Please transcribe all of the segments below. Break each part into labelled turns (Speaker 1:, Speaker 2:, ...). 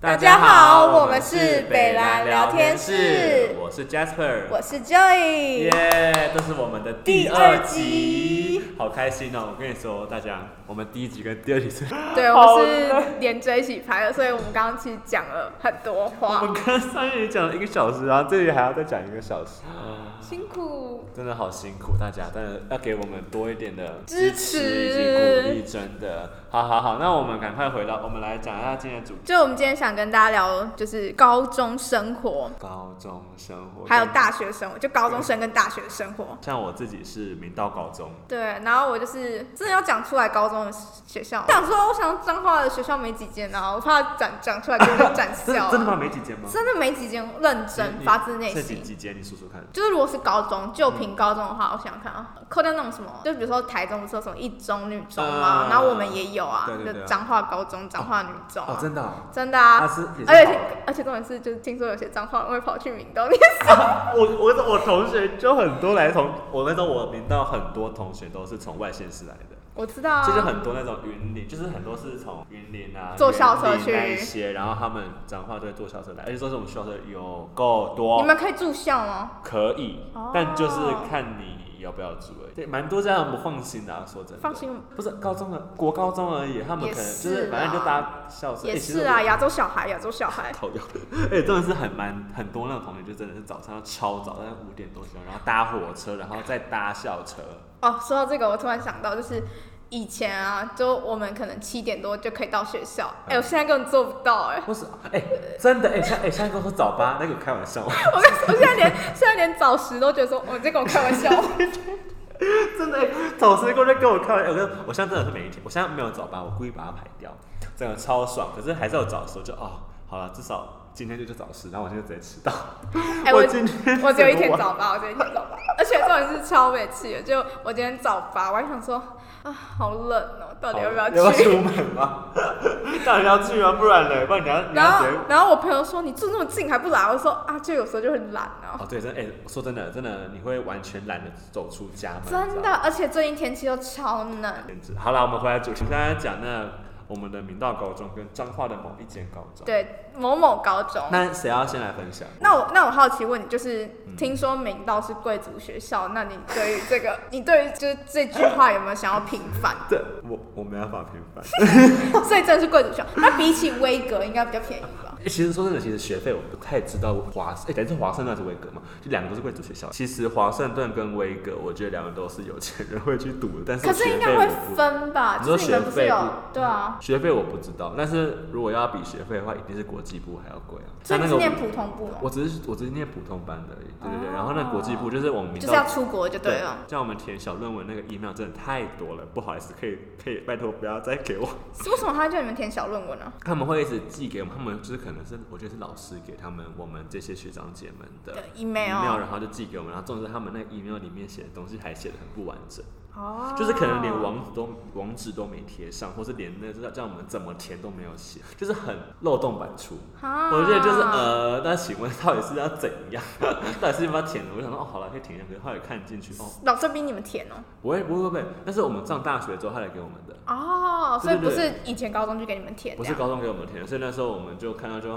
Speaker 1: 大家好，我们是北兰聊天室，
Speaker 2: 我是 Jasper，
Speaker 1: 我是
Speaker 2: 耶
Speaker 1: Joy，
Speaker 2: 这是我们的
Speaker 1: 第
Speaker 2: 第
Speaker 1: 二
Speaker 2: 二
Speaker 1: 集
Speaker 2: 集，好开心哦！我跟你说，大家，我们第一集跟第二集是，
Speaker 3: 对，
Speaker 2: 好
Speaker 3: 我们
Speaker 2: 累
Speaker 3: 是连着一起拍的，所以我们刚刚其实讲了很多
Speaker 2: 我们
Speaker 3: 话，
Speaker 2: 刚刚上一集讲了一个小时，然后这里还要再讲一个小时，
Speaker 3: 辛苦。
Speaker 2: 真的好辛苦大家，但是要给我们多一点的
Speaker 3: 支
Speaker 2: 持以及
Speaker 3: 持
Speaker 2: 鼓励，真的。好好好，那我们赶快回到，我们来讲一下今天的主题
Speaker 3: 就我们今天想跟大家聊，就是高中生活，
Speaker 2: 高中生活，
Speaker 3: 还有大学生活，就高中生跟大学生活。
Speaker 2: 像我自己是明道高中，
Speaker 3: 对，然后我就是真的要讲出来高中的学校，想说我想彰化的学校没几间，然后我怕讲讲出来给我们展
Speaker 2: 真
Speaker 3: 笑
Speaker 2: 的
Speaker 3: 啊，
Speaker 2: 真的吗？没几间吗？
Speaker 3: 真的没几间，认真
Speaker 2: 你
Speaker 3: 发自内
Speaker 2: 是几
Speaker 3: 心。
Speaker 2: 几间？你数数看。
Speaker 3: 就是如果是高中，就凭高中的话，我想想看啊，扣掉那种什么，就比如说台中不是有什么一中、女中嘛，
Speaker 2: 嗯
Speaker 3: 然后我们也有啊，
Speaker 2: 对对对
Speaker 3: 就彰化高中、彰化女中啊、
Speaker 2: 哦，真的、哦。
Speaker 3: 真的啊，
Speaker 2: 啊是也是
Speaker 3: 而且
Speaker 2: 好的
Speaker 3: 而且重点是，就是听说有些彰化人会跑去明洞，你是
Speaker 2: 我我我同学就很多来同，我那时候我明道很多同学都是从外县市来的，
Speaker 3: 我知道啊，
Speaker 2: 就是很多那种云林，就是很多是从云林啊
Speaker 3: 坐校车
Speaker 2: 园林那一
Speaker 3: 去
Speaker 2: 些，然后他们讲话都会坐校车来，而且说这种校车有够
Speaker 3: 你
Speaker 2: 多，
Speaker 3: 们可以住校吗？
Speaker 2: 可以
Speaker 3: 哦，
Speaker 2: 但就是看你要不要住而已。对，蛮多家长不放心的、啊，说真的，
Speaker 3: 放心，
Speaker 2: 不是高中的国高中而已，他们可能就
Speaker 3: 也
Speaker 2: 是
Speaker 3: 是
Speaker 2: 反正就
Speaker 3: 啊
Speaker 2: 搭校车，
Speaker 3: 也
Speaker 2: 欸其实
Speaker 3: 是
Speaker 2: 我
Speaker 3: 啊，亚洲小孩，亚洲小孩，
Speaker 2: 讨厌，而哎且真的是很蛮很多那种同学，就真的是早上超早，大概五点多起床，然后搭火车，然后再搭校车。
Speaker 3: 哦，说到这个，我突然想到，就是以前啊，就我们可能七点多就可以到学校，哎、
Speaker 2: 嗯
Speaker 3: 我现在根本做不到、哎，
Speaker 2: 不是，哎、真的，哎、现哎、现在跟我说早八，那个开玩笑，
Speaker 3: 我跟我现在连现在连早十都觉得说，我、在跟我开玩笑。
Speaker 2: 真的、哎早十过来跟我开玩笑，我跟我现在真的是每一天，我现在没有早八，我故意把它排掉，真的超爽。可是还是有早十，我就哦，好了，至少今天就是早十，然后我现在直接迟到。
Speaker 3: 哎、
Speaker 2: 我
Speaker 3: 我
Speaker 2: 今天
Speaker 3: 我只有一
Speaker 2: 怎
Speaker 3: 天
Speaker 2: 么
Speaker 3: 早八，我只有一天早八，而且重点是超委屈的，就我今天早八，我还想说啊，好冷哦，到底要不
Speaker 2: 好
Speaker 3: 要
Speaker 2: 要
Speaker 3: 去？
Speaker 2: 出门吗？ 当然要去啊，不然嘞，不然你要你
Speaker 3: 然
Speaker 2: 要
Speaker 3: 后
Speaker 2: 直接
Speaker 3: 然后我朋友说你住那么近还不来，我说啊，就有时候就很懒啊。
Speaker 2: 哦，对，真的哎、说真的，真的你会完全懒得走出家门，你知
Speaker 3: 真
Speaker 2: 道
Speaker 3: 的，
Speaker 2: 吗，
Speaker 3: 而且最近天气又超冷，
Speaker 2: 简直。好了，我们回来主题，跟大家讲那我们的明道高中跟彰化的某一间高中。，
Speaker 3: 对，某某高中。
Speaker 2: 那谁要先来分享？
Speaker 3: 那我那我好奇问你，就是听说明道是贵族学校，那你对于这个，你对于就是这句话有没有想要平反？
Speaker 2: 这我我没办法平凡、
Speaker 3: 所以真的是贵族学校，那比起威格应该比较便宜吧？
Speaker 2: 哎其实说真的，其实学费我不太知道华，哎、等于是华盛顿还是威格嘛，就两个都是贵族学校。其实华盛顿跟威格，我觉得两个都是有钱人会去读的，但是
Speaker 3: 可是
Speaker 2: 学
Speaker 3: 应
Speaker 2: 费
Speaker 3: 该
Speaker 2: 我
Speaker 3: 会
Speaker 2: 不
Speaker 3: 分吧？
Speaker 2: 你
Speaker 3: 就
Speaker 2: 说
Speaker 3: 是你
Speaker 2: 学
Speaker 3: 们不是
Speaker 2: 费
Speaker 3: 有
Speaker 2: 不？
Speaker 3: 对啊，
Speaker 2: 学费我不知道，但是如果要比学费的话，一定是国际部还要贵啊。
Speaker 3: 所
Speaker 2: 像
Speaker 3: 以你
Speaker 2: 那
Speaker 3: 是
Speaker 2: 个
Speaker 3: 念普通部吗？
Speaker 2: 我只是我只是念普通班的而已，对对对。
Speaker 3: 哦
Speaker 2: 然后那国际部就是我们明
Speaker 3: 就是要
Speaker 2: 道
Speaker 3: 出国就对哦了。
Speaker 2: 像我们填小论文那个 email 真的太多了，不好意思，可以可以拜托不要再给我。
Speaker 3: 是为什么他叫你们填小论文啊呢？
Speaker 2: 他们会一直寄给我们，他们就是可能是我觉得是老师给他们我们这些学长姐们的
Speaker 3: 对，email 哦啊
Speaker 2: 然后就寄给我们，然后重点是他们那个 email 里面写的东西还写的很不完整，
Speaker 3: 哦
Speaker 2: 就是可能连网址都网址都没贴上，或是连那个叫叫我们怎么填都没有写，就是很漏洞百出。
Speaker 3: 啊
Speaker 2: 我觉得就是呃，那请问到底是要怎样？ 到底是要不要填的？我想说哦，好了，可以填一下，可是后来看进去哦，
Speaker 3: 老师逼你们填哦。
Speaker 2: 不会不会不会，那是我们上大学之后他来给我们的，
Speaker 3: 哦，所以
Speaker 2: 对
Speaker 3: 不
Speaker 2: 对对
Speaker 3: 是以前高中就给你们填
Speaker 2: 不
Speaker 3: 这
Speaker 2: 是
Speaker 3: 样。
Speaker 2: 高中给我们填的，所以那时候我们就看到就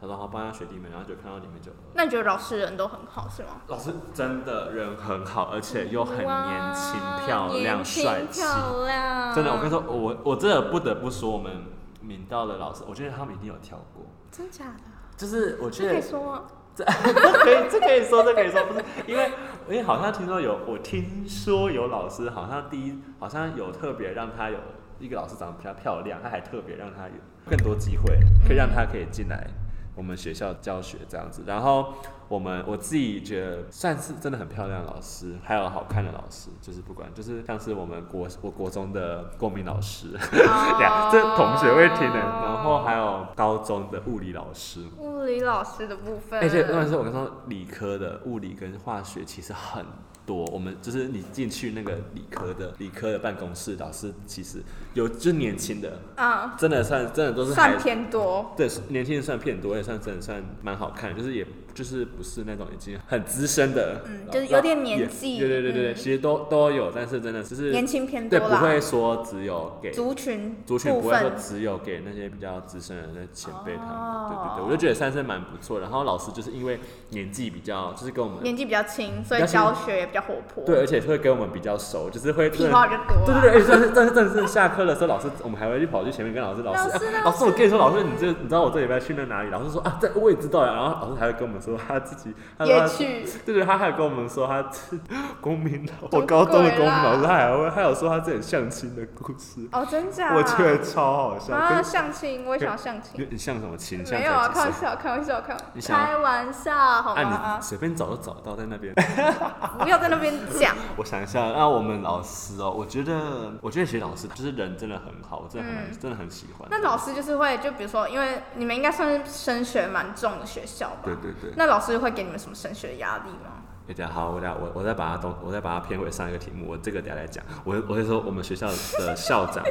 Speaker 2: 他说好帮他学弟们，然后就看到里面就
Speaker 3: 那你觉得老师人都很好是吗？
Speaker 2: 老师真的人很好，而且又很年轻
Speaker 3: 哇、
Speaker 2: 漂亮、
Speaker 3: 年轻
Speaker 2: 帅气，
Speaker 3: 漂亮，
Speaker 2: 真的，我跟你说，我我真的不得不说，我们明道的老师，我觉得他们一定有挑过，
Speaker 3: 真假的，
Speaker 2: 就是我觉
Speaker 3: 这可
Speaker 2: 得
Speaker 3: 以说吗？
Speaker 2: 这可以，这可以说，这可以说，不是因为，因为好像听说有，我听说有老师好像第一，好像有特别让他有一个老师长得比较漂亮，他还特别让他有更多机会，可以让他可以进来我们学校教学这样子。然后我们我自己觉得算是真的很漂亮的老师，还有好看的老师，就是不管就是像是我们国我国中的公民老师， 两、这同学会听的，然后还有高中的物理老师，
Speaker 3: 物理老师的部分，
Speaker 2: 而且哎那时候我跟你说，理科的物理跟化学其实很多。我们就是你进去那个理科的理科的办公室，老师其实有就是年轻的，
Speaker 3: 啊、
Speaker 2: 真的算真的都是还
Speaker 3: 算偏多，
Speaker 2: 对年轻人算偏多，也算真的算蛮好看的，就是也就是不是那种已经很资深的，
Speaker 3: 嗯就是有点年纪
Speaker 2: 对对对对对，
Speaker 3: 嗯
Speaker 2: 其实都都有，但是真的就是
Speaker 3: 年轻偏
Speaker 2: 对，
Speaker 3: 多
Speaker 2: 不
Speaker 3: 啦。
Speaker 2: 会说只有给
Speaker 3: 族群
Speaker 2: 族群
Speaker 3: 部
Speaker 2: 不会说
Speaker 3: 分
Speaker 2: 只有给那些比较资深的那前辈他们，
Speaker 3: 哦
Speaker 2: 对对对，我就觉得算是蛮不错。然后老师就是因为年纪比较，就是跟我们
Speaker 3: 年纪比较轻，所
Speaker 2: 比
Speaker 3: 以
Speaker 2: 较轻
Speaker 3: 教学也比较活泼，
Speaker 2: 对，而且会跟我们比较熟，就是会
Speaker 3: 屁话比较多啦。啊
Speaker 2: 对对对，但是但是但是下课的时候，老师我们还会去跑去前面跟老师，老师
Speaker 3: 老师
Speaker 2: 啊
Speaker 3: 老
Speaker 2: 老师，我跟你说，老师你这你知道我这礼拜去那哪里？老师说啊，这我也知道呀。然后老师还会跟我们说他自己，他说
Speaker 3: 也
Speaker 2: 他
Speaker 3: 去，
Speaker 2: 对对，他还有跟我们说他是 公民老，
Speaker 3: 鬼
Speaker 2: 我高中的公民老师，
Speaker 3: 啦
Speaker 2: 他还会还有说他自己相亲的故事，
Speaker 3: 哦，真假？
Speaker 2: 我觉得超好笑。
Speaker 3: 啊，
Speaker 2: 跟
Speaker 3: 相亲，我也想要相亲。
Speaker 2: 你你像什么亲？像
Speaker 3: 没有啊，
Speaker 2: 什么
Speaker 3: 开玩
Speaker 2: 亲
Speaker 3: 笑，开玩笑，开
Speaker 2: 你
Speaker 3: 玩笑，
Speaker 2: 想要
Speaker 3: 开玩笑，好
Speaker 2: 啊，
Speaker 3: 吗啊
Speaker 2: 你？随便找都找到，在那边。
Speaker 3: 不要在那边讲。
Speaker 2: 我想一下，那我们老师哦，我觉得，我觉得其实老师就是人真的很好，我真的很、
Speaker 3: 嗯
Speaker 2: 真的很喜欢。
Speaker 3: 那老师就是会，就比如说，因为你们应该算是升学蛮重的学校吧？
Speaker 2: 对对对，
Speaker 3: 那老师会给你们什么升学压力吗？
Speaker 2: 大家好，我等下我我再把它东，我再把它偏回上一个题目，我这个等下来讲。我我会说我们学校的校长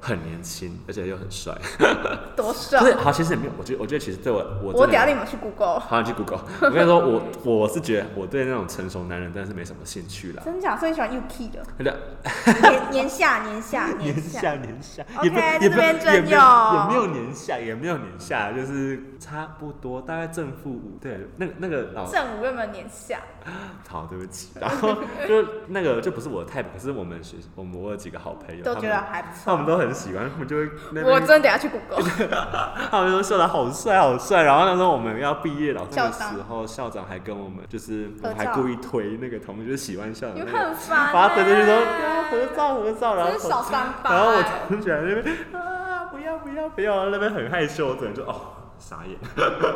Speaker 2: 很年轻， 而且又很帅，
Speaker 3: 多少
Speaker 2: 就？是好，其实也没有，我觉得我觉得其实对我我
Speaker 3: 啊我
Speaker 2: 真
Speaker 3: 等下
Speaker 2: 的。
Speaker 3: 立马去 Google。
Speaker 2: 好，你去 Google。我跟你说，我我是觉得我对那种成熟男人真的是没什么兴趣啦。
Speaker 3: 真假？所以喜欢 UK 的
Speaker 2: 对，
Speaker 3: 年年下年下
Speaker 2: 年
Speaker 3: 年下，
Speaker 2: 下年下
Speaker 3: OK，
Speaker 2: 也不
Speaker 3: 在
Speaker 2: 也不
Speaker 3: 这边
Speaker 2: 也
Speaker 3: 征
Speaker 2: 没有
Speaker 3: 友
Speaker 2: 也没有年下，也没有年下，就是差不多，大概正负五。对，那个那个老
Speaker 3: 正午有没有年下？
Speaker 2: 好，对不起， 然后就那个就不是我的 type，可是我们学我们我有几个好朋友，
Speaker 3: 都
Speaker 2: 他
Speaker 3: 觉
Speaker 2: 们
Speaker 3: 得还不
Speaker 2: 他
Speaker 3: 错。
Speaker 2: 们都很喜欢，他们就会那
Speaker 3: 我
Speaker 2: 边
Speaker 3: 真的等下去 Google。
Speaker 2: 他们就说的好帅好帅，然后那时候我们要毕业老师
Speaker 3: 校
Speaker 2: 的
Speaker 3: 长
Speaker 2: 时候，校长还跟我们就是我们
Speaker 3: 合
Speaker 2: 还
Speaker 3: 照
Speaker 2: 故意推那个同学，就是喜欢校长
Speaker 3: 你
Speaker 2: 那
Speaker 3: 们
Speaker 2: 个，
Speaker 3: 很烦、欸。
Speaker 2: 把他推进去说要啊合照合照，然后
Speaker 3: 真是小三八、哎
Speaker 2: 然后我同学在那边啊，不要不要不要，那边很害羞，我整个就哦傻眼。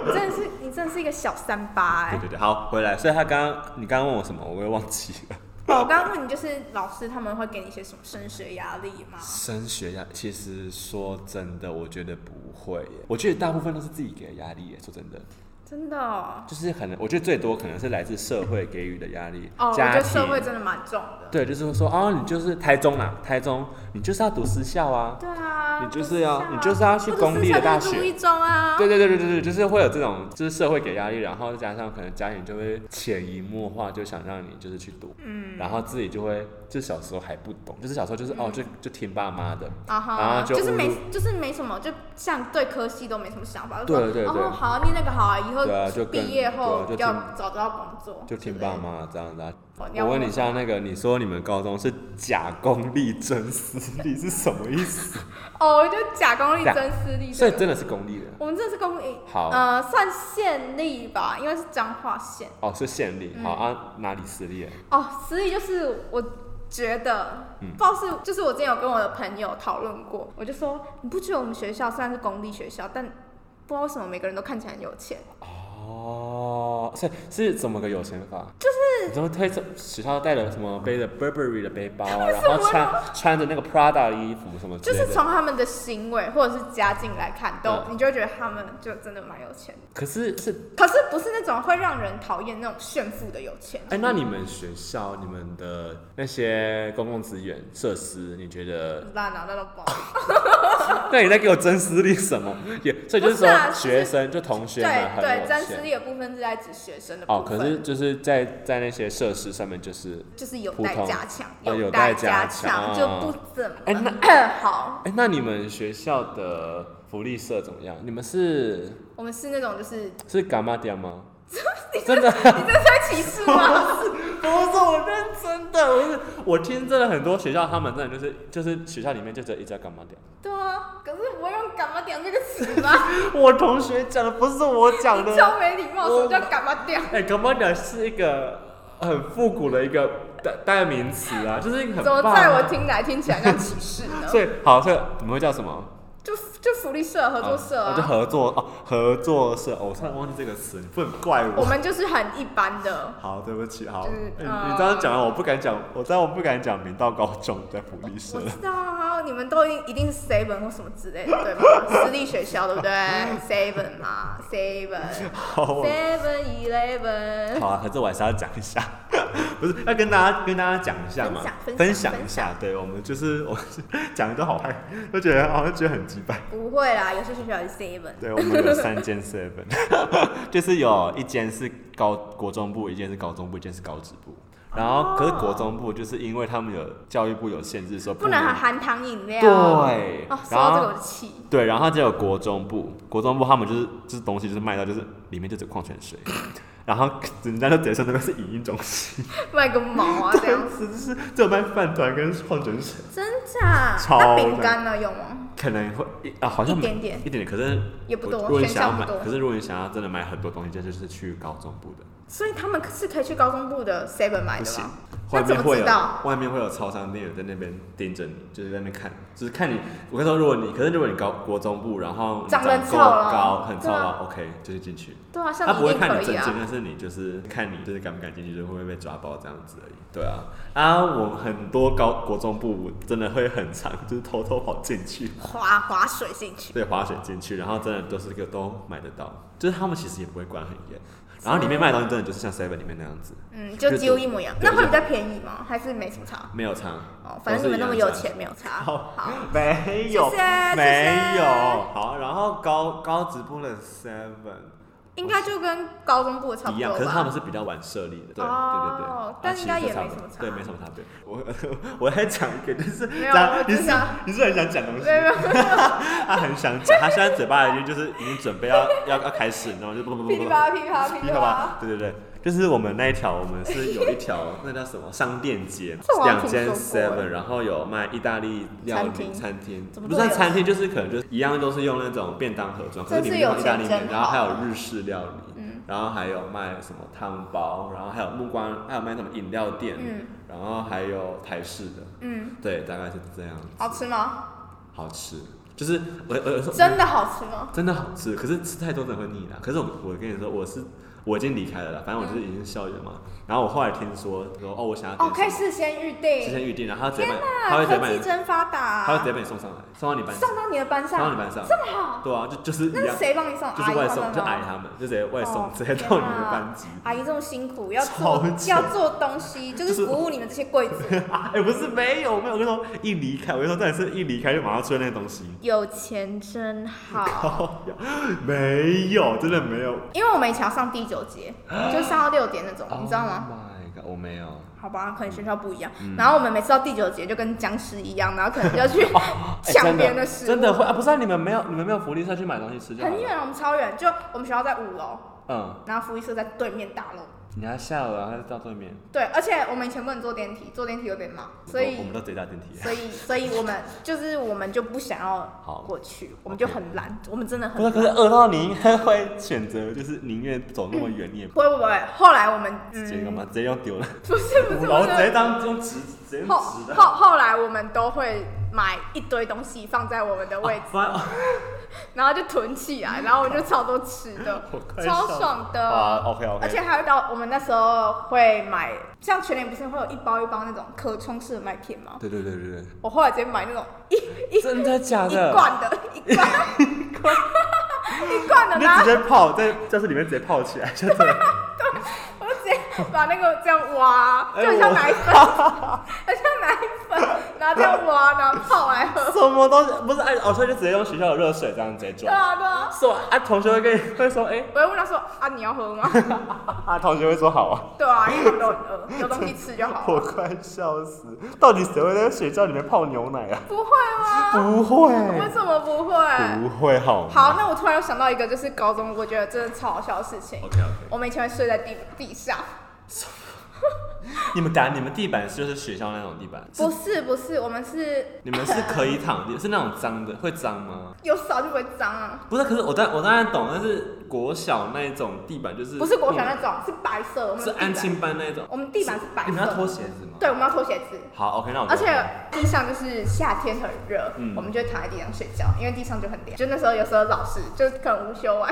Speaker 3: 你真的是你真的是一个小三八哎、
Speaker 2: 对对对，好，回来。所以他刚刚你刚刚问我什么，我也忘记 了。
Speaker 3: 哦，我刚刚问你，就是老师他们会给你一些什么升学压力吗？
Speaker 2: 升学压，其实说真的，我觉得不会耶。我觉得大部分都是自己给的压力耶。说真的，
Speaker 3: 真的哦，
Speaker 2: 就是可能，我觉得最多可能是来自社会给予的压力，
Speaker 3: 哦我觉
Speaker 2: 家
Speaker 3: 得
Speaker 2: 庭。
Speaker 3: 社会真的蛮重的。
Speaker 2: 对，就是说，哦，你就是台中啦，台中，你就是要读私校啊。
Speaker 3: 对啊，
Speaker 2: 你就是要
Speaker 3: 不啊
Speaker 2: 你就是要去公立的大学
Speaker 3: 或者是像是读一中啊，
Speaker 2: 对对对对对对，就是会有这种，就是社会给压力，然后再加上可能家庭就会潜移默化，就想让你就是去读，
Speaker 3: 嗯，
Speaker 2: 然后自己就会，就小时候还不懂，就是小时候就是、
Speaker 3: 嗯
Speaker 2: 哦，就就听爸妈的，
Speaker 3: 啊哈，
Speaker 2: 然后就是侮辱
Speaker 3: 没就是没什么，就像对科系都没什么想法，就
Speaker 2: 对
Speaker 3: 说
Speaker 2: 对对
Speaker 3: 哦好啊，念那个好啊，以后
Speaker 2: 对啊就跟
Speaker 3: 毕业后
Speaker 2: 对啊就
Speaker 3: 要
Speaker 2: 听
Speaker 3: 找到工作，
Speaker 2: 就听爸。妈这样子、啊。
Speaker 3: 哦你要
Speaker 2: 我问你一
Speaker 3: 我
Speaker 2: 下，那个你说你们高中是假公立真私立是什么意 思？
Speaker 3: 哦，就假公立
Speaker 2: 对啊
Speaker 3: 真私立，
Speaker 2: 所以真的是公立的
Speaker 3: 我们这是公立，
Speaker 2: 好
Speaker 3: 呃，算县立吧，因为是彰化县。
Speaker 2: 哦，是县立。
Speaker 3: 嗯
Speaker 2: 好啊，哪里私立？
Speaker 3: 哦，私立就是我觉得，不知道是就是我之前有跟我的朋友讨论过，我就说你不觉得我们学校虽然是公立学校，但不知道为什么每个人都看起来很有钱，
Speaker 2: 哦，所以是怎么个有钱法？就是怎么推着学校带了什么背着 Burberry 的背包啊， 然后穿穿着那个 Prada 的衣服什么之
Speaker 3: 就
Speaker 2: 类的。
Speaker 3: 是从他们的行为或者是家境来看，都、
Speaker 2: 嗯
Speaker 3: 你就会觉得他们就真的蛮有钱的。
Speaker 2: 可是是
Speaker 3: 可是不是那种会让人讨厌那种炫富的有钱。
Speaker 2: 哎、那你们学校你们的那些公共资源设施，你觉得？
Speaker 3: 烂啊，那都不好。
Speaker 2: 那你在给我真私立什么？也所以就是
Speaker 3: 不是
Speaker 2: 说
Speaker 3: 啊就是
Speaker 2: 学生就同学
Speaker 3: 对
Speaker 2: 们很
Speaker 3: 对，
Speaker 2: 有
Speaker 3: 沾私
Speaker 2: 钱。
Speaker 3: 立的部分是在指学生的部
Speaker 2: 哦，
Speaker 3: 分。
Speaker 2: 可是就是在在那些设施上面，就是
Speaker 3: 就是有
Speaker 2: 普
Speaker 3: 待
Speaker 2: 通
Speaker 3: 加强，
Speaker 2: 哦有
Speaker 3: 待
Speaker 2: 待加强
Speaker 3: 强就不怎么、
Speaker 2: 哎
Speaker 3: 好。
Speaker 2: 哎、那你们学校的福利社怎么样？你们是
Speaker 3: 我们是那种就是
Speaker 2: 是伽马点吗？ 真的
Speaker 3: 你这是在歧视 吗？
Speaker 2: 不是我认真的，我是我听真的很多学校，他们真的就是就是学校里面就只有一家伽马点。
Speaker 3: 对啊，可是我用“干嘛点”这个词吗？
Speaker 2: 我同学讲的不是我讲的，
Speaker 3: 超没礼貌，什么叫“干嘛点
Speaker 2: 哎、g a m a d a 是一个很复古的一个代代名词啊，就是一个”？很
Speaker 3: 怎么
Speaker 2: 棒
Speaker 3: 在我
Speaker 2: 啊
Speaker 3: 听来听起来像歧视呢？
Speaker 2: 所以好，所以你们会叫什么？
Speaker 3: 就就福利社、合作社
Speaker 2: 哦就
Speaker 3: 啊，
Speaker 2: 合作哦，合作社。哦、我突然忘记这个词，你不能怪我。
Speaker 3: 我们就是很一般 的。
Speaker 2: 好，对不起，好，
Speaker 3: 就是
Speaker 2: 哎
Speaker 3: 呃
Speaker 2: 你这样讲完，我不敢讲，我知道我不敢讲明道高中的福利社
Speaker 3: 我。知道啊，你们都一定一定是 seven 或什么之类的，对吧？私立学校对 不对？seven 嘛，seven，seven
Speaker 2: 哦好，我
Speaker 3: eleven。
Speaker 2: 好啊，可是我还是要讲一下， 不是要跟大家跟大家讲一下嘛
Speaker 3: 分享，
Speaker 2: 分
Speaker 3: 分
Speaker 2: 享
Speaker 3: 享
Speaker 2: 一下。对我们就是 我讲的都好害，都觉得好像觉得很鸡掰。
Speaker 3: 不会啦，有些学校有 seven，
Speaker 2: 对，我们有三间 seven，就是有一间是高国中部，一间是高中部，一间是高职部。然后，可是国中部就是因为他们有教育部有限制说
Speaker 3: 不能含含糖饮料。
Speaker 2: 对
Speaker 3: 哦，
Speaker 2: 然
Speaker 3: 说到
Speaker 2: 后
Speaker 3: 这个我就气。
Speaker 2: 对，然后它只有国中部，国中部他们就是就是东西就是卖到就是里面就只有矿泉水，然后人家就直接说那边是影音中心，
Speaker 3: 卖个毛啊，这样
Speaker 2: 是就是只有卖饭团跟矿泉水，
Speaker 3: 真假？
Speaker 2: 超
Speaker 3: 那饼干呢？有吗？
Speaker 2: 可能会啊好像
Speaker 3: 一点点
Speaker 2: 一点点，可是
Speaker 3: 也不多
Speaker 2: 我如果你
Speaker 3: 选
Speaker 2: 想要
Speaker 3: 项
Speaker 2: 买
Speaker 3: 不，多
Speaker 2: 可是如果你想要真的买很多东西，这就是去高中部的，
Speaker 3: 所以他们是可以去高中部的 seven 买
Speaker 2: 不
Speaker 3: 的
Speaker 2: 行
Speaker 3: 吗？。
Speaker 2: 外
Speaker 3: 那怎
Speaker 2: 面
Speaker 3: 么
Speaker 2: 会
Speaker 3: 知
Speaker 2: 有
Speaker 3: 道，
Speaker 2: 外面会有超商店员在那边盯着你，就是在那边看，就是看你。我跟你说，如果你，可是如果你高国中部，然后你
Speaker 3: 长得
Speaker 2: 够
Speaker 3: 很丑了
Speaker 2: 高，很
Speaker 3: 对
Speaker 2: 糙
Speaker 3: 啊
Speaker 2: 了，OK，就是进去。
Speaker 3: 对啊，像
Speaker 2: 他
Speaker 3: 你
Speaker 2: 不会
Speaker 3: 一定
Speaker 2: 看
Speaker 3: 可
Speaker 2: 你证
Speaker 3: 以
Speaker 2: 件，
Speaker 3: 啊。
Speaker 2: 但是你就是看你就是敢不敢进去，就是会不会被抓包这样子而已。对啊，啊，我很多高国中部真的会很长，就是偷偷跑进去，
Speaker 3: 滑滑水进去，
Speaker 2: 对，滑水进去，然后真的都是个都买得到，就是他们其实也不会管很严，然后里面卖的东西真的就是像 seven 里面那样子，
Speaker 3: 嗯，就几乎一模一样。
Speaker 2: 对
Speaker 3: 那会比较便宜吗？还是没什么差？
Speaker 2: 没有差。
Speaker 3: 哦，反正你们那么有钱，没有差。
Speaker 2: 好
Speaker 3: 好，
Speaker 2: 没有
Speaker 3: 谢谢
Speaker 2: 没
Speaker 3: 谢
Speaker 2: 有
Speaker 3: 谢
Speaker 2: 好，然后高高职部的 seven
Speaker 3: 应该就跟高中部差不
Speaker 2: 一
Speaker 3: 多
Speaker 2: 样，
Speaker 3: 吧。
Speaker 2: 可是他们是比较晚设立的，对、对对对
Speaker 3: 哦，但应该
Speaker 2: 啊其实
Speaker 3: 也
Speaker 2: 就
Speaker 3: 没
Speaker 2: 差不
Speaker 3: 什
Speaker 2: 多
Speaker 3: 么差
Speaker 2: 对，没什么差别。我我 还讲一个，就是
Speaker 3: 没有
Speaker 2: 讲
Speaker 3: 我
Speaker 2: 你
Speaker 3: 只
Speaker 2: 是
Speaker 3: 想
Speaker 2: 你是很想讲东西
Speaker 3: 没，有没有
Speaker 2: 他很想讲，他现在嘴巴已经就是已经准备要要要开始，你知道吗？就不不不
Speaker 3: 噼
Speaker 2: 不
Speaker 3: 里
Speaker 2: 不
Speaker 3: 啪啦噼里啪啦噼
Speaker 2: 你
Speaker 3: 里
Speaker 2: 好
Speaker 3: 啪
Speaker 2: 吧
Speaker 3: 啦。？
Speaker 2: 对对对，就是我们那一条，我们是有一条那叫什么商店街
Speaker 3: 这，我好像
Speaker 2: 两
Speaker 3: 听
Speaker 2: 间
Speaker 3: 说过
Speaker 2: Seven，然后有卖意大利料
Speaker 3: 餐
Speaker 2: 理
Speaker 3: 厅
Speaker 2: 餐厅，
Speaker 3: 怎么
Speaker 2: 不
Speaker 3: 都有
Speaker 2: 算餐厅，就是可能就是一样都是用那种便当盒装，可是
Speaker 3: 真
Speaker 2: 里
Speaker 3: 是
Speaker 2: 面有意大利
Speaker 3: 有
Speaker 2: 面
Speaker 3: 钱，真
Speaker 2: 然后还有
Speaker 3: 好
Speaker 2: 日式料理，
Speaker 3: 嗯
Speaker 2: 然后还有卖什么汤包，然后还有木瓜，还有卖什么饮料店，
Speaker 3: 嗯
Speaker 2: 然后还有台式的，
Speaker 3: 嗯，
Speaker 2: 对，大概是这样，
Speaker 3: 好吃吗？
Speaker 2: 好吃，就是我我我说
Speaker 3: 真的好吃吗？
Speaker 2: 真的好吃，可是吃太多真的会腻啦。可是我我跟你说，我是我已经离开了啦，反正我就是已经是校园嘛。然后我后来听说说哦，我想要
Speaker 3: 哦，可以
Speaker 2: 点什么
Speaker 3: 事先预
Speaker 2: 提
Speaker 3: 定。
Speaker 2: 前预定，然后他直接
Speaker 3: 天
Speaker 2: 把你，他
Speaker 3: 哪，
Speaker 2: 会直接
Speaker 3: 科
Speaker 2: 把你
Speaker 3: 技，真发达、
Speaker 2: 他会直接把你送上来，送到你班，
Speaker 3: 啊送到你的班
Speaker 2: 送到你
Speaker 3: 上，
Speaker 2: 班上，
Speaker 3: 这么好？
Speaker 2: 对啊，就就是一
Speaker 3: 那
Speaker 2: 样
Speaker 3: 是，谁哎帮你送？阿
Speaker 2: 就是
Speaker 3: 姨
Speaker 2: 外
Speaker 3: 他
Speaker 2: 送，
Speaker 3: 们
Speaker 2: 就阿姨
Speaker 3: 吗？
Speaker 2: 他们，就直接外送，
Speaker 3: 哦
Speaker 2: 直接到你
Speaker 3: 天
Speaker 2: 的
Speaker 3: 哪
Speaker 2: 班级。
Speaker 3: 阿姨这么辛苦，要
Speaker 2: 超
Speaker 3: 做
Speaker 2: 级
Speaker 3: 要做东西，就
Speaker 2: 就是
Speaker 3: 是服务你们这些贵族。
Speaker 2: 哎、不是没有没有，我跟你说一离开，我跟你说真的是一离开就马上出现那个东西，
Speaker 3: 有钱真好，
Speaker 2: 靠呀，没有，真的没有。
Speaker 3: 因为我们以前要上第九 节，就是上到六点那种，
Speaker 2: 哦
Speaker 3: 你知道吗？
Speaker 2: Oh ？My God，我没有。
Speaker 3: 好吧，可能学校不一样。
Speaker 2: 嗯
Speaker 3: 然后我们每次到第九节就跟僵尸一样，然后可能就 要去
Speaker 2: 哎
Speaker 3: 抢
Speaker 2: 真
Speaker 3: 别人的食物。
Speaker 2: 真的会啊！不是、啊、你们没有你们没有福利社去买东西吃就好了
Speaker 3: 很远，我们超远，就我们学校在五楼，
Speaker 2: 嗯，
Speaker 3: 然后福利社在对面大楼。
Speaker 2: 你还下楼，然后再到对面，
Speaker 3: 对，而且我们以前不能坐电梯，坐电梯有点忙，所
Speaker 2: 我我
Speaker 3: 以
Speaker 2: 们都直接搭电梯。
Speaker 3: 所以所以我们就是我们就不想
Speaker 2: 好
Speaker 3: 要过去，我们就很懒，我们真的
Speaker 2: 不
Speaker 3: 很
Speaker 2: 是，可是饿到你应该会选择，就是宁愿走那么远，你也不
Speaker 3: 不会不会不会。后来我们
Speaker 2: 直接干
Speaker 3: 嗯，
Speaker 2: 嘛，直接要丢了，
Speaker 3: 不是不
Speaker 2: 五
Speaker 3: 是
Speaker 2: 楼
Speaker 3: 不
Speaker 2: 直接
Speaker 3: 是，
Speaker 2: 当用直直接用
Speaker 3: 后
Speaker 2: 直的。
Speaker 3: 后后来我们都会买一堆东西放在我们的位置。
Speaker 2: 翻
Speaker 3: 然后就囤起来，然后我就超多吃的
Speaker 2: 我快，笑
Speaker 3: 超
Speaker 2: 死
Speaker 3: 爽
Speaker 2: 啊
Speaker 3: 的。
Speaker 2: ，OK
Speaker 3: 而
Speaker 2: OK，
Speaker 3: 且还有到我们那时候会买，像全年不是会有一包一包那种可充式的麦片吗？
Speaker 2: 对对对对
Speaker 3: 我后来直接买那种一
Speaker 2: 对，真的假
Speaker 3: 一
Speaker 2: 的？
Speaker 3: 罐的，一罐 一罐的，
Speaker 2: 你直
Speaker 3: 然后
Speaker 2: 接泡在教室里面直接泡起来，真的。
Speaker 3: 我就直接把那个这样挖，
Speaker 2: 哎
Speaker 3: 就很像
Speaker 2: 我
Speaker 3: 奶粉，很像奶粉，然后这样挖，然后泡来 喝。
Speaker 2: 什么东西？不是，哎，哦，所以就直接用学校的热水这样直接
Speaker 3: 对
Speaker 2: 装。
Speaker 3: 啊对啊，
Speaker 2: 是啊，啊，同学会跟你会说，哎，
Speaker 3: 我会问他说啊你要喝吗？
Speaker 2: 啊，同学会说好啊。
Speaker 3: 对啊，因为我们都很饿，有东西吃就好啊
Speaker 2: 我
Speaker 3: 了。
Speaker 2: 快笑死！到底谁会在水窖里面泡牛奶啊？
Speaker 3: 不会吗？
Speaker 2: 不会，
Speaker 3: 为什么不会？
Speaker 2: 不会好吗
Speaker 3: 好，那我突然又想到一个，就是高中我觉得真的超好笑的事情。
Speaker 2: OK OK，
Speaker 3: 我们以前会睡在地地上，
Speaker 2: 你们打你们地板是就是学校那种地板，
Speaker 3: 不
Speaker 2: 是
Speaker 3: 是不是，我们是
Speaker 2: 你们是可以躺地，是那种脏的，会脏吗？
Speaker 3: 有扫就不会脏啊，
Speaker 2: 不是，可是我当我当然懂，但是国小那种地板就是嗯
Speaker 3: 不是国小那种，是白色的。我们
Speaker 2: 是
Speaker 3: 的地
Speaker 2: 安
Speaker 3: 板，
Speaker 2: 亲班那种，
Speaker 3: 我们地板是白
Speaker 2: 你们要
Speaker 3: 色
Speaker 2: 脱
Speaker 3: 的，
Speaker 2: 鞋子吗？
Speaker 3: 对，我们要脱鞋子，
Speaker 2: 好 OK，那我
Speaker 3: 而且地上就是夏天很热，
Speaker 2: 嗯
Speaker 3: 我们就会躺在地上睡觉，因为地上就很凉。就那时候有时候老师就是可能午休完，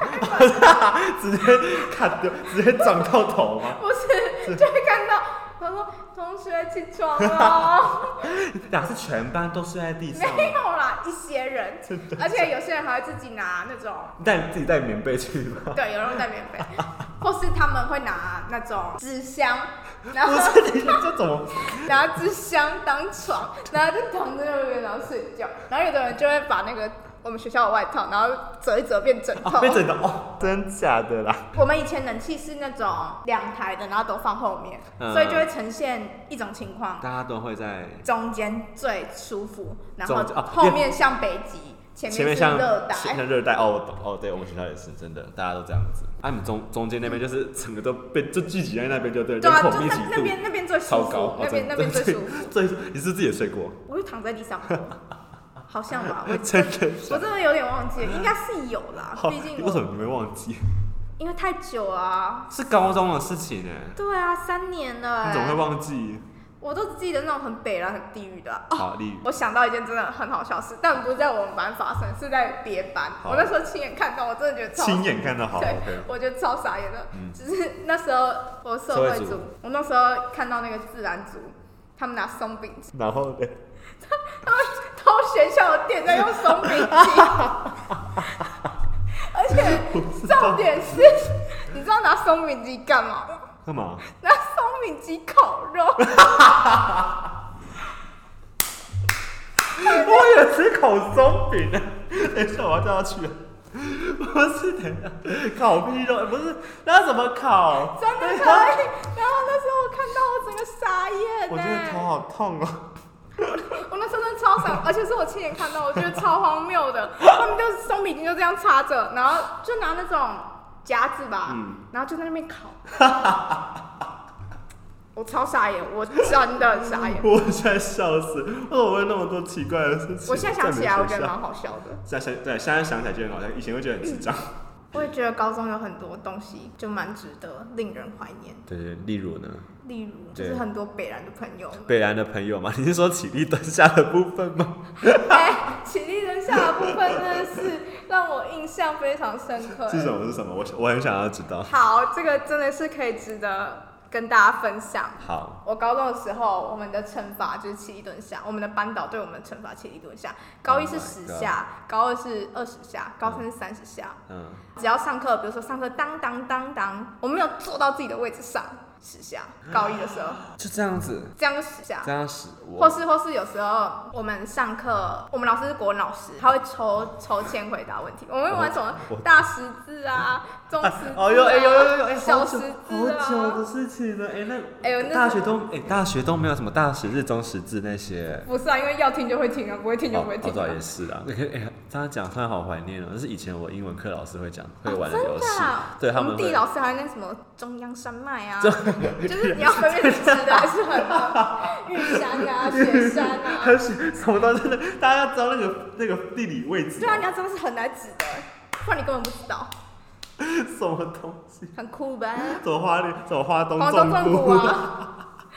Speaker 2: 嗯 直接卡掉，直接长到头吗？
Speaker 3: 不是就会看到，他说同学起床 了，
Speaker 2: 俩是全班都睡在地上吗，
Speaker 3: 没有啦，一些 人，而且有些人还会自己拿那种。
Speaker 2: 带自己带棉被去吗？
Speaker 3: 对，有人会带棉被，或是他们会拿那种纸箱，然后
Speaker 2: 不是你这怎么？
Speaker 3: 拿只香当床，然后就躺在那边，然后睡觉。然后有的人就会把那个我们学校的外套，然后折一折变枕头。
Speaker 2: 啊、被整到哦，真假的啦？
Speaker 3: 我们以前冷气是那种两台的，然后都放后面，
Speaker 2: 嗯
Speaker 3: 所以就会呈现一种情况：
Speaker 2: 大家都会在
Speaker 3: 中间最舒服，然后
Speaker 2: 中间啊
Speaker 3: 后面像北极，
Speaker 2: 前
Speaker 3: 前
Speaker 2: 面
Speaker 3: 面
Speaker 2: 像
Speaker 3: 是热带。
Speaker 2: 像热带哦，我懂哦，对我们学校也是真的，大家都这样
Speaker 3: 嗯
Speaker 2: 子。啊，你们中中间那边就是整个都被就聚集在那边，就对，
Speaker 3: 对啊，
Speaker 2: 人
Speaker 3: 就
Speaker 2: 口密集
Speaker 3: 那那边
Speaker 2: 度
Speaker 3: 那边最
Speaker 2: 超
Speaker 3: 舒
Speaker 2: 高
Speaker 3: 服，，
Speaker 2: 哦
Speaker 3: 那
Speaker 2: 真
Speaker 3: 边那
Speaker 2: 的
Speaker 3: 边最
Speaker 2: 对
Speaker 3: 舒服。
Speaker 2: 最你是自己也睡过，
Speaker 3: 我就躺在 地上，好像吧，我
Speaker 2: 真的假
Speaker 3: 我
Speaker 2: 的？
Speaker 3: 真的有点忘记了，应该是有啦，
Speaker 2: 好
Speaker 3: 毕竟
Speaker 2: 为什
Speaker 3: 我
Speaker 2: 么你没忘记？
Speaker 3: 因为太久啊。
Speaker 2: 是高中的事情哎，
Speaker 3: 对啊，三年了、欸，
Speaker 2: 你怎么会忘记？
Speaker 3: 我都只记得那种很北然很地狱的啊、哦
Speaker 2: 好，例如
Speaker 3: 我想到一件真的很好笑的事，但不是在我们班发生，是在别班。
Speaker 2: 好
Speaker 3: 我那时候亲眼看到，我真的觉得超
Speaker 2: 亲眼看到好
Speaker 3: 对
Speaker 2: ，OK，
Speaker 3: 我觉得超傻眼的。
Speaker 2: 嗯
Speaker 3: 只是那时候我社
Speaker 2: 社
Speaker 3: 会
Speaker 2: 会
Speaker 3: 组
Speaker 2: 组，
Speaker 3: 我那时候看到那个自然组，他们拿松饼
Speaker 2: 然后呢？
Speaker 3: 偷学校的店在用松饼 机，而且重点是，你知道拿松饼机干嘛吗？
Speaker 2: 干嘛？
Speaker 3: 拿松饼机烤肉，
Speaker 2: 我也吃烤松饼啊！ 等一下，我要叫他去了。啊 不是，等一下，烤屁肉不是，那怎么烤？
Speaker 3: 真的可以。然后那时候我看到我整个傻眼
Speaker 2: 我
Speaker 3: 呢、
Speaker 2: 觉得头好痛哦。
Speaker 3: 我那时候真的超傻，而且是我亲眼看到，我觉得超荒谬 的。他们就是松饼机就这样插着，然后就拿那种夹子吧，
Speaker 2: 嗯
Speaker 3: 然后就在那边烤。 我超傻眼，我真的很傻眼。
Speaker 2: 我现在笑死，为什么会那么多奇怪的事情？
Speaker 3: 我现在想起来，我觉得蛮
Speaker 2: 蛮……
Speaker 3: 好笑的。
Speaker 2: 现在想对，现在想起来觉得很好笑，以前会觉得很智障。
Speaker 3: 我也觉得高中有很多东西就蛮值得令人怀念，
Speaker 2: 对对，例如呢，
Speaker 3: 例如就是
Speaker 2: 对
Speaker 3: 很多北兰的朋友们，
Speaker 2: 北兰的朋友嘛， 你是说起立蹲下的部分吗？
Speaker 3: 哎，起立人下的部分真的是让我印象非常深刻。
Speaker 2: 是什么？是什么？我我很想要知道。
Speaker 3: 好，这个真的是可以值得跟大家分享。
Speaker 2: 好，
Speaker 3: 我高中的时候，我们的惩罚就是起立蹲下，我们的班导对我们的惩罚起立蹲下。高一
Speaker 2: Oh
Speaker 3: 是
Speaker 2: my
Speaker 3: 十
Speaker 2: God
Speaker 3: 下高二是二十下，高三是三十下。
Speaker 2: 嗯，
Speaker 3: 只要上课，比如说上课当当当当，我没有坐到自己的位置上，十下。高一的时候，
Speaker 2: 就这样子，
Speaker 3: 这样就十下。
Speaker 2: 这样使
Speaker 3: 或
Speaker 2: 我
Speaker 3: 是或是有时候我们上课，我们老师是国文老师，他会抽抽签回答问题。我们会玩什么
Speaker 2: 哦我
Speaker 3: 大十字啊、中十字啊、
Speaker 2: 哦呦哎呦呦呦哎，
Speaker 3: 小
Speaker 2: 好
Speaker 3: 十
Speaker 2: 久
Speaker 3: 字
Speaker 2: 好久的
Speaker 3: 啊，
Speaker 2: 事情了哎那
Speaker 3: 哎呦那
Speaker 2: 大学都哎大学都没有什么大十日中十字那些。
Speaker 3: 不是啊，因为要听就会听啊，不会听就
Speaker 2: 哦
Speaker 3: 不会，
Speaker 2: 好
Speaker 3: 听、
Speaker 2: 早
Speaker 3: 啊。
Speaker 2: 也是啦。哎，哎这样讲突然好怀念哦，这是以前我英文课老师会讲会玩
Speaker 3: 哦
Speaker 2: 游戏
Speaker 3: 真的啊，
Speaker 2: 对他
Speaker 3: 我们
Speaker 2: 们
Speaker 3: 地
Speaker 2: 会。
Speaker 3: 老师还有那什么中央山脉 啊，就是你要分辨是吃的还是很棒，玉山啊、雪山啊，
Speaker 2: 还是什么东西的，大家要知道那个那个地理位置
Speaker 3: 对啊，你要真的是很难指的，不然你根本不知道，
Speaker 2: 什么东西，
Speaker 3: 很酷吧？
Speaker 2: 走花莲，走花东
Speaker 3: 黄州
Speaker 2: 纵
Speaker 3: 纵谷
Speaker 2: 谷，
Speaker 3: 啊，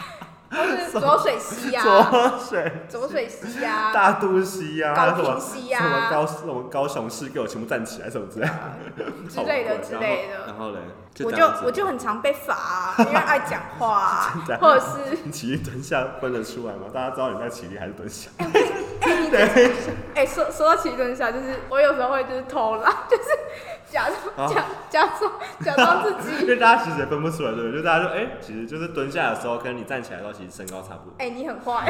Speaker 3: 或是浊水溪呀、
Speaker 2: 走
Speaker 3: 啊，
Speaker 2: 花水，
Speaker 3: 浊水溪呀、啊，
Speaker 2: 大肚溪呀、
Speaker 3: 高啊
Speaker 2: 什么
Speaker 3: 平溪呀
Speaker 2: 什么高什么高雄市，给我全部站起来，什么之类的
Speaker 3: 之类的之类的
Speaker 2: 然后嘞，
Speaker 3: 我
Speaker 2: 这
Speaker 3: 就
Speaker 2: 样子
Speaker 3: 我就很常被罚、啊，因为爱讲话、啊
Speaker 2: 真，的
Speaker 3: 或者是
Speaker 2: 你起立蹲下分得出来吗？大家知道你在起立还是蹲 下？
Speaker 3: 哎、说说到起立蹲下，就是我有时候会就是偷懒， 就是假装
Speaker 2: 啊
Speaker 3: 假假装假装自己
Speaker 2: 因，为大家其实也分不出来，对不对？就大家就哎、其实就是蹲下的时候跟你站起来的时候，其实身高差不多。
Speaker 3: 哎、你很 坏。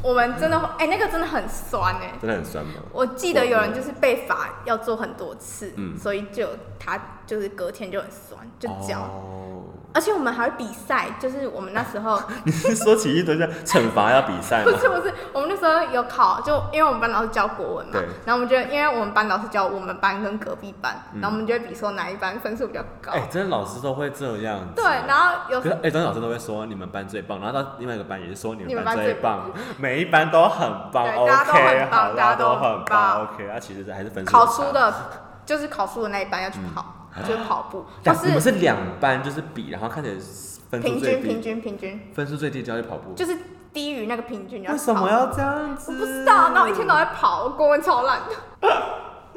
Speaker 3: 我们真的哎、那个真的很酸哎、
Speaker 2: 真的很酸吗？
Speaker 3: 我记得有人就是被罚要做很多次，
Speaker 2: 嗯
Speaker 3: 所以就他就是隔天就很酸，就脚
Speaker 2: 哦，
Speaker 3: 而且我们还会比赛，就是我们那时候
Speaker 2: 你是说起立蹲下惩罚要比赛
Speaker 3: 不
Speaker 2: 吗？
Speaker 3: 是不是，我们那时候有考，就因为我们班老师教国文嘛
Speaker 2: 对，
Speaker 3: 然后我们就因为我们班老师教我们班跟隔壁班，
Speaker 2: 嗯
Speaker 3: 然后我们就会比说哪一班分数比较高。
Speaker 2: 哎、真的老师都会这样子。
Speaker 3: 对，然后有
Speaker 2: 可
Speaker 3: 时
Speaker 2: 是，哎、张老师都会说你们班最棒，然后到另外一个班也是说你
Speaker 3: 你
Speaker 2: 们
Speaker 3: 们
Speaker 2: 班
Speaker 3: 班
Speaker 2: 最
Speaker 3: 最
Speaker 2: 棒，每一班都很棒
Speaker 3: 对
Speaker 2: ，OK，
Speaker 3: 大家都很棒
Speaker 2: 好，
Speaker 3: 大家
Speaker 2: 都
Speaker 3: 都
Speaker 2: 很棒
Speaker 3: 很棒
Speaker 2: ，OK，那、其实还是分数
Speaker 3: 考
Speaker 2: 很差。
Speaker 3: 书的，就是考书的那一班要去跑，就是跑步，或
Speaker 2: 两嗯你们
Speaker 3: 是
Speaker 2: 是两班就是比，然后看起来分数
Speaker 3: 平
Speaker 2: 最
Speaker 3: 均
Speaker 2: 低，
Speaker 3: 平均平均，
Speaker 2: 分数最低就要去跑步，
Speaker 3: 就是低于那个平均你要
Speaker 2: 为
Speaker 3: 去
Speaker 2: 什
Speaker 3: 跑
Speaker 2: 么要这样子？
Speaker 3: 我不知道，然后一天到晚跑，我国文超烂的。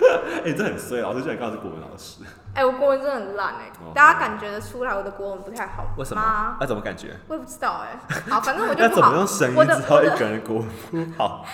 Speaker 2: 哎、哎、这很衰，老师居然刚好是国文老师，
Speaker 3: 哎、我国文真的很烂哎、
Speaker 2: 哦
Speaker 3: 大家感觉得出来我的国文不太好吗？
Speaker 2: 为什么？那、怎么感觉？
Speaker 3: 我也不知道哎、好，反正我 就
Speaker 2: 那
Speaker 3: 不
Speaker 2: 怎
Speaker 3: 好。
Speaker 2: 么用神
Speaker 3: 我
Speaker 2: 谕
Speaker 3: 的
Speaker 2: 知
Speaker 3: 我
Speaker 2: 道一
Speaker 3: 的
Speaker 2: 个人国文不好？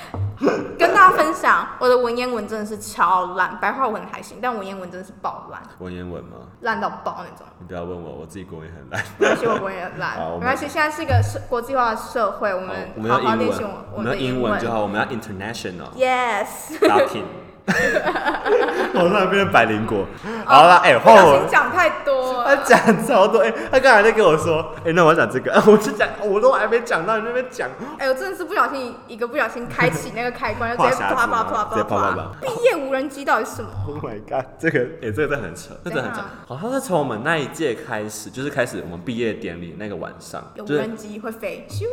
Speaker 3: 跟大家分享，我的文言文真的是超烂，白话文还行，但文言文真的是爆烂，
Speaker 2: 文言文吗？
Speaker 3: 烂到爆那种。
Speaker 2: 你不要问我，我自己国文也很烂。
Speaker 3: 而且我文也很烂
Speaker 2: 好，我们
Speaker 3: 没关系，现在是一个社国际化的社会，我们
Speaker 2: 我们
Speaker 3: 好
Speaker 2: 要
Speaker 3: 好
Speaker 2: 英
Speaker 3: 练习
Speaker 2: 文，
Speaker 3: 我们
Speaker 2: 要
Speaker 3: 的
Speaker 2: 英
Speaker 3: 文
Speaker 2: 文就好，我们要 international
Speaker 3: Yes，
Speaker 2: 打拼。 我突然变成百灵果。好啦，哎、
Speaker 3: 不
Speaker 2: 后
Speaker 3: 小
Speaker 2: 我
Speaker 3: 心讲太多
Speaker 2: 他
Speaker 3: 了，
Speaker 2: 讲超多，哎、他刚才在跟我说，哎、那我要讲 这个，啊我就讲，我都还没讲到你那边讲，
Speaker 3: 哎、我真的是不小心一个不小心开启那个开 关，就
Speaker 2: 话
Speaker 3: 直接
Speaker 2: 匣子
Speaker 3: 啪啪
Speaker 2: 嘛
Speaker 3: 啪
Speaker 2: 直接
Speaker 3: 啪
Speaker 2: 啪啪啪
Speaker 3: 毕业无人机到底是什么？
Speaker 2: Oh my god，这个哎、这个真的很扯，这个真的很扯
Speaker 3: 怎样。
Speaker 2: 好像是从我们那一届开始，就是开始我们毕业典礼那个晚上，
Speaker 3: 有无
Speaker 2: 就是
Speaker 3: 人机会飞，咻！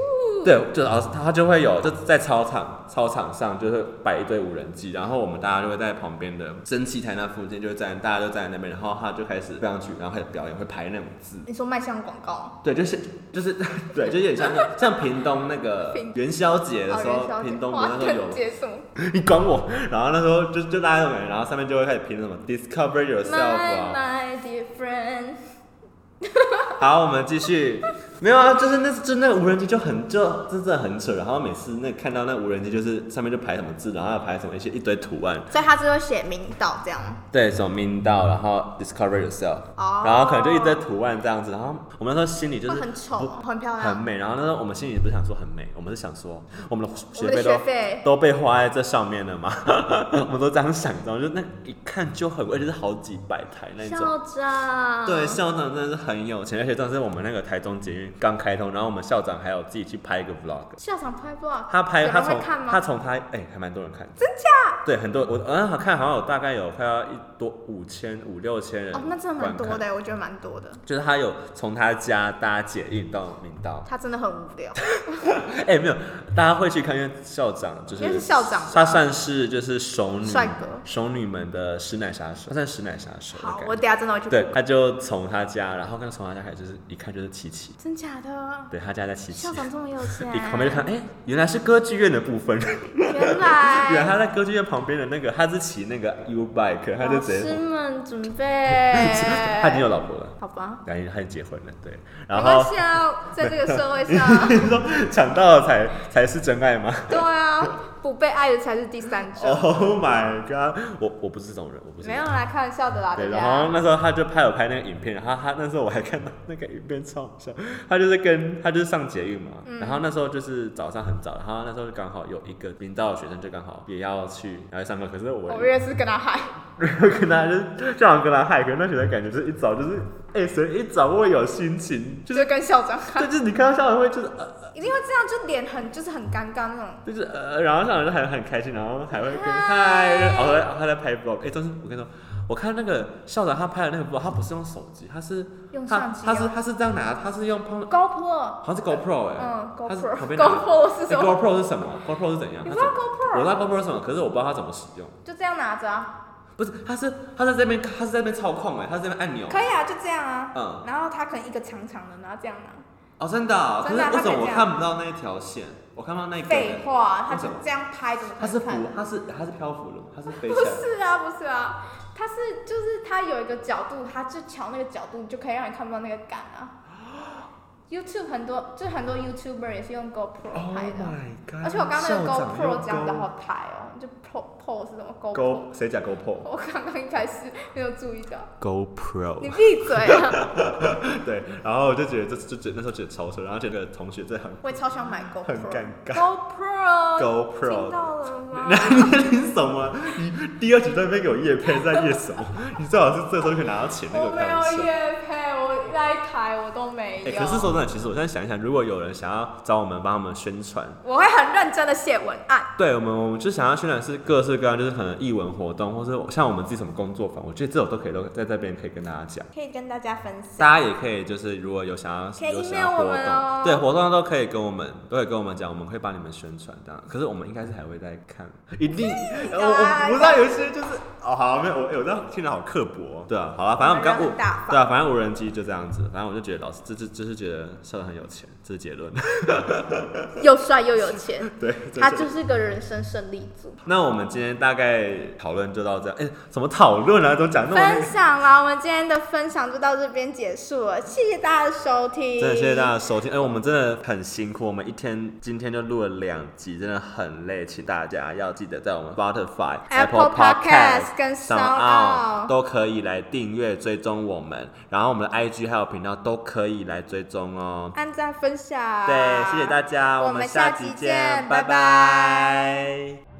Speaker 2: 对，就是老师他就会有就在操场操场上就是摆一堆无人机，然后我们大家就会在旁边的蒸汽台那附近就会站，大家就站在那边，然后他就开始飞上去，然后开始表演，会排那种字。
Speaker 3: 你说卖相广告，
Speaker 2: 对，就是就是对，就有点像那种像屏东那个
Speaker 3: 屏
Speaker 2: 元宵节的时
Speaker 3: 哦元
Speaker 2: 候，
Speaker 3: 宵节
Speaker 2: 屏东不
Speaker 3: 哇
Speaker 2: 是那时候有
Speaker 3: 接什么？
Speaker 2: 你管我？然后那时候就就大家都没，然后上面就会开始评论什么 discover yourself 啊。
Speaker 3: My my dear friend，
Speaker 2: 好，我们继续。没有啊，就是那就那个无人机就很就真的很扯，然后每次那看到那无人机就是上面就排什么字，然后还有排什么一些一堆图案，
Speaker 3: 所以他就会写明导这样。
Speaker 2: 对，什么 mean 到，然后 discover yourself，、
Speaker 3: 哦
Speaker 2: 然后可能就一堆图案这样子，然后我们那时候心里就
Speaker 3: 会
Speaker 2: 是
Speaker 3: 哦很丑啊
Speaker 2: 不
Speaker 3: 很漂亮
Speaker 2: 很美。然后那时候我们心里不是想说很美，我们是想说我们的学
Speaker 3: 我
Speaker 2: 费
Speaker 3: 们的
Speaker 2: 都
Speaker 3: 学费
Speaker 2: 都被花在这上面了嘛， 我们都这样想，然后就那一看就很贵，就是好几百台那种。
Speaker 3: 校长，
Speaker 2: 对，校长真的是很有钱，而且当时我们那个台中捷运刚开通，然后我们校长还有自己去拍一个 vlog，
Speaker 3: 校长拍 vlog，
Speaker 2: 他拍
Speaker 3: 有
Speaker 2: 他
Speaker 3: 人会
Speaker 2: 从
Speaker 3: 看吗？
Speaker 2: 他从他哎、还蛮多人看，
Speaker 3: 真假？
Speaker 2: 对，很多我嗯好看好像有大概有快要一多五千五六千人
Speaker 3: 哦，那真的蛮多
Speaker 2: 观看，
Speaker 3: 的，我觉得蛮多的。
Speaker 2: 就是他有从他家搭捷运到明道，
Speaker 3: 他真的很无 聊，
Speaker 2: 哎、没有，大家会去看，因为校长就是
Speaker 3: 因为是校长吧
Speaker 2: 他算是就是熟女
Speaker 3: 帅哥
Speaker 2: 熟女们的师奶杀手，他算是师奶杀手的
Speaker 3: 好，
Speaker 2: 感
Speaker 3: 我
Speaker 2: 觉，
Speaker 3: 等下真的会去
Speaker 2: 对
Speaker 3: 看。，
Speaker 2: 他就从他家，然后跟从他家开始就是一看就是琪琪。
Speaker 3: 真 假的？
Speaker 2: 对他家在七七
Speaker 3: 校，长这么有钱？
Speaker 2: 你旁边就看，哎、原来是歌剧院的部 分，
Speaker 3: 原
Speaker 2: 原来
Speaker 3: 来
Speaker 2: 他在歌剧院旁边的那个，他是骑那个 U bike，他就
Speaker 3: 老
Speaker 2: 直
Speaker 3: 师
Speaker 2: 接，
Speaker 3: 们准
Speaker 2: 他已经
Speaker 3: 备，
Speaker 2: 有老婆了，
Speaker 3: 好吧？
Speaker 2: 然后他已经结婚了，对，
Speaker 3: 没
Speaker 2: 然
Speaker 3: 关
Speaker 2: 后
Speaker 3: 系啊，在这个社会上，
Speaker 2: 你说 抢到了才才是真爱吗
Speaker 3: 对啊，不被爱的才是第三者。
Speaker 2: ？Oh my god，我我不是这种人，我不是
Speaker 3: 没
Speaker 2: 这种人。
Speaker 3: 有啦，开玩笑的啦，
Speaker 2: 对，
Speaker 3: 大
Speaker 2: 然后
Speaker 3: 家。
Speaker 2: 那时候他就拍我拍那个影片，然后他那时候我还看到那个影片超好笑， 他就是跟他就是上捷运嘛，然后那时候就是早上很早，然后那时候就刚好有一个明道的学生就刚好也要去然后上课，可是我
Speaker 3: 我也是跟他嗨，
Speaker 2: 跟他就是就想跟他嗨，可是那学生感觉就是一早就是 哎，谁、一早会有心情，就
Speaker 3: 就是是跟校长嗨，
Speaker 2: 对，啊就是你看到校长会就是呃
Speaker 3: 一定会这样，就脸很就是很尴尬那种。
Speaker 2: 就是呃，然后校长就还很开心，然后还会跟嗨，然后他他在拍 vlog，哎、但是我跟你说，我看那个校长他拍的那个 vlog，他不是用手机，他是
Speaker 3: 用
Speaker 2: 他
Speaker 3: 相机
Speaker 2: 他是
Speaker 3: 哦
Speaker 2: 他是这样拿，他是用碰，
Speaker 3: GoPro，
Speaker 2: 好像是 GoPro 哎、
Speaker 3: 嗯
Speaker 2: 他是旁边拿
Speaker 3: ，GoPro，GoPro 是
Speaker 2: 哎
Speaker 3: 什么？
Speaker 2: GoPro 是什么？GoPro 是怎样？
Speaker 3: 你
Speaker 2: 它
Speaker 3: 不知
Speaker 2: 怎
Speaker 3: 道
Speaker 2: 么
Speaker 3: GoPro？啊
Speaker 2: 我知道 GoPro 是什么，可是我不知道它怎么使用。
Speaker 3: 就这样拿着啊，
Speaker 2: 不是，他是他在这边，他是在那边操控哎、他是在那边按钮。
Speaker 3: 可以啊，就这样啊。
Speaker 2: 嗯
Speaker 3: 然后它可能一个长长的，然后这样拿。
Speaker 2: 哦，真的啊、可是
Speaker 3: 真的啊
Speaker 2: 为什么
Speaker 3: 它可以
Speaker 2: 我
Speaker 3: 这样
Speaker 2: 看不到那一条线？我看不到那个。
Speaker 3: 废话，它
Speaker 2: 为什
Speaker 3: 就
Speaker 2: 么
Speaker 3: 这样拍着。
Speaker 2: 它是浮
Speaker 3: 看，
Speaker 2: 它是它是漂浮的吗，它是飞起
Speaker 3: 不
Speaker 2: 来的。
Speaker 3: 是啊，不是啊，它是就是它有一个角度，它就瞧那个角度，就可以让你看不到那个杆 啊。YouTube 很多，就很多 YouTuber 也是用 GoPro
Speaker 2: Oh
Speaker 3: 拍的，
Speaker 2: my god！
Speaker 3: 而且我刚刚那
Speaker 2: 校长用
Speaker 3: 个 GoPro 讲的好抬哦，就 Pro Pro 是什么
Speaker 2: Go-
Speaker 3: GoPro？
Speaker 2: Go 谁讲 GoPro？GoPro
Speaker 3: 我刚刚一开始没有注意 到，你
Speaker 2: GoPro
Speaker 3: 闭嘴啊！
Speaker 2: 对，然后我就觉得这就觉得那时候觉得超扯，然后觉得同学这很
Speaker 3: 我也超想买 GoPro，
Speaker 2: 很尴尬
Speaker 3: GoPro，
Speaker 2: GoPro
Speaker 3: 听到了 吗？
Speaker 2: 那你在听什么？你第二集在那边给我夜配在夜什么？你最好是这时候可以拿到钱那
Speaker 3: 我
Speaker 2: 个
Speaker 3: 没
Speaker 2: 开玩
Speaker 3: 有
Speaker 2: 笑。
Speaker 3: 夜配，我那一台我都没
Speaker 2: 哎、
Speaker 3: 有。
Speaker 2: 可是说真的，其实我现在想一想，如果有人想要找我们帮他们宣传，
Speaker 3: 我会很认真的写文案，
Speaker 2: 对我们，我们就想要宣传是各式各样，就是可能艺文活动，或者像我们自己什么工作坊，我觉得这种都可以都在这边可以跟大家讲。
Speaker 3: 可以跟大家分享。
Speaker 2: 大家也可以就是如果有想要
Speaker 3: 可以
Speaker 2: 有想要
Speaker 3: email
Speaker 2: 活
Speaker 3: 我们哦
Speaker 2: 动，对活动都可以跟我们都可以跟我们讲，我们会帮你们宣传这样。可是我们应该是还会再看，一定我我不知道有一些就是哦好没有我哎我这样听着好刻薄哦，对啊，好了，反正我们刚
Speaker 3: 我们人很大方
Speaker 2: 对啊，反正无人机就这样子，反正我就觉得老师这这就是觉得校长很有钱，这是结论。
Speaker 3: 又帅又有钱，
Speaker 2: 对，
Speaker 3: 他
Speaker 2: 这
Speaker 3: 就是个人生胜利组。
Speaker 2: 那我们今天大概讨论就到这样。哎、怎么讨论啊？都讲那么
Speaker 3: 分享啦，我们今天的分享就到这边结束了，谢谢大家的收听，
Speaker 2: 真的谢谢大家的收听，哎、我们真的很辛苦，我们一天今天就录了两集，真的很累，请大家要记得在我们 Spotify、
Speaker 3: Apple Podcast 跟
Speaker 2: Sound
Speaker 3: SoundOn
Speaker 2: 都可以来订阅追踪我们，然后我们的 IG 还有频道都可以来追踪哦。
Speaker 3: 按赞分享，
Speaker 2: 对，谢谢大家，
Speaker 3: 我
Speaker 2: 们
Speaker 3: 们
Speaker 2: 下
Speaker 3: 下
Speaker 2: 集
Speaker 3: 集
Speaker 2: 见，
Speaker 3: 见
Speaker 2: 拜
Speaker 3: 拜
Speaker 2: 拜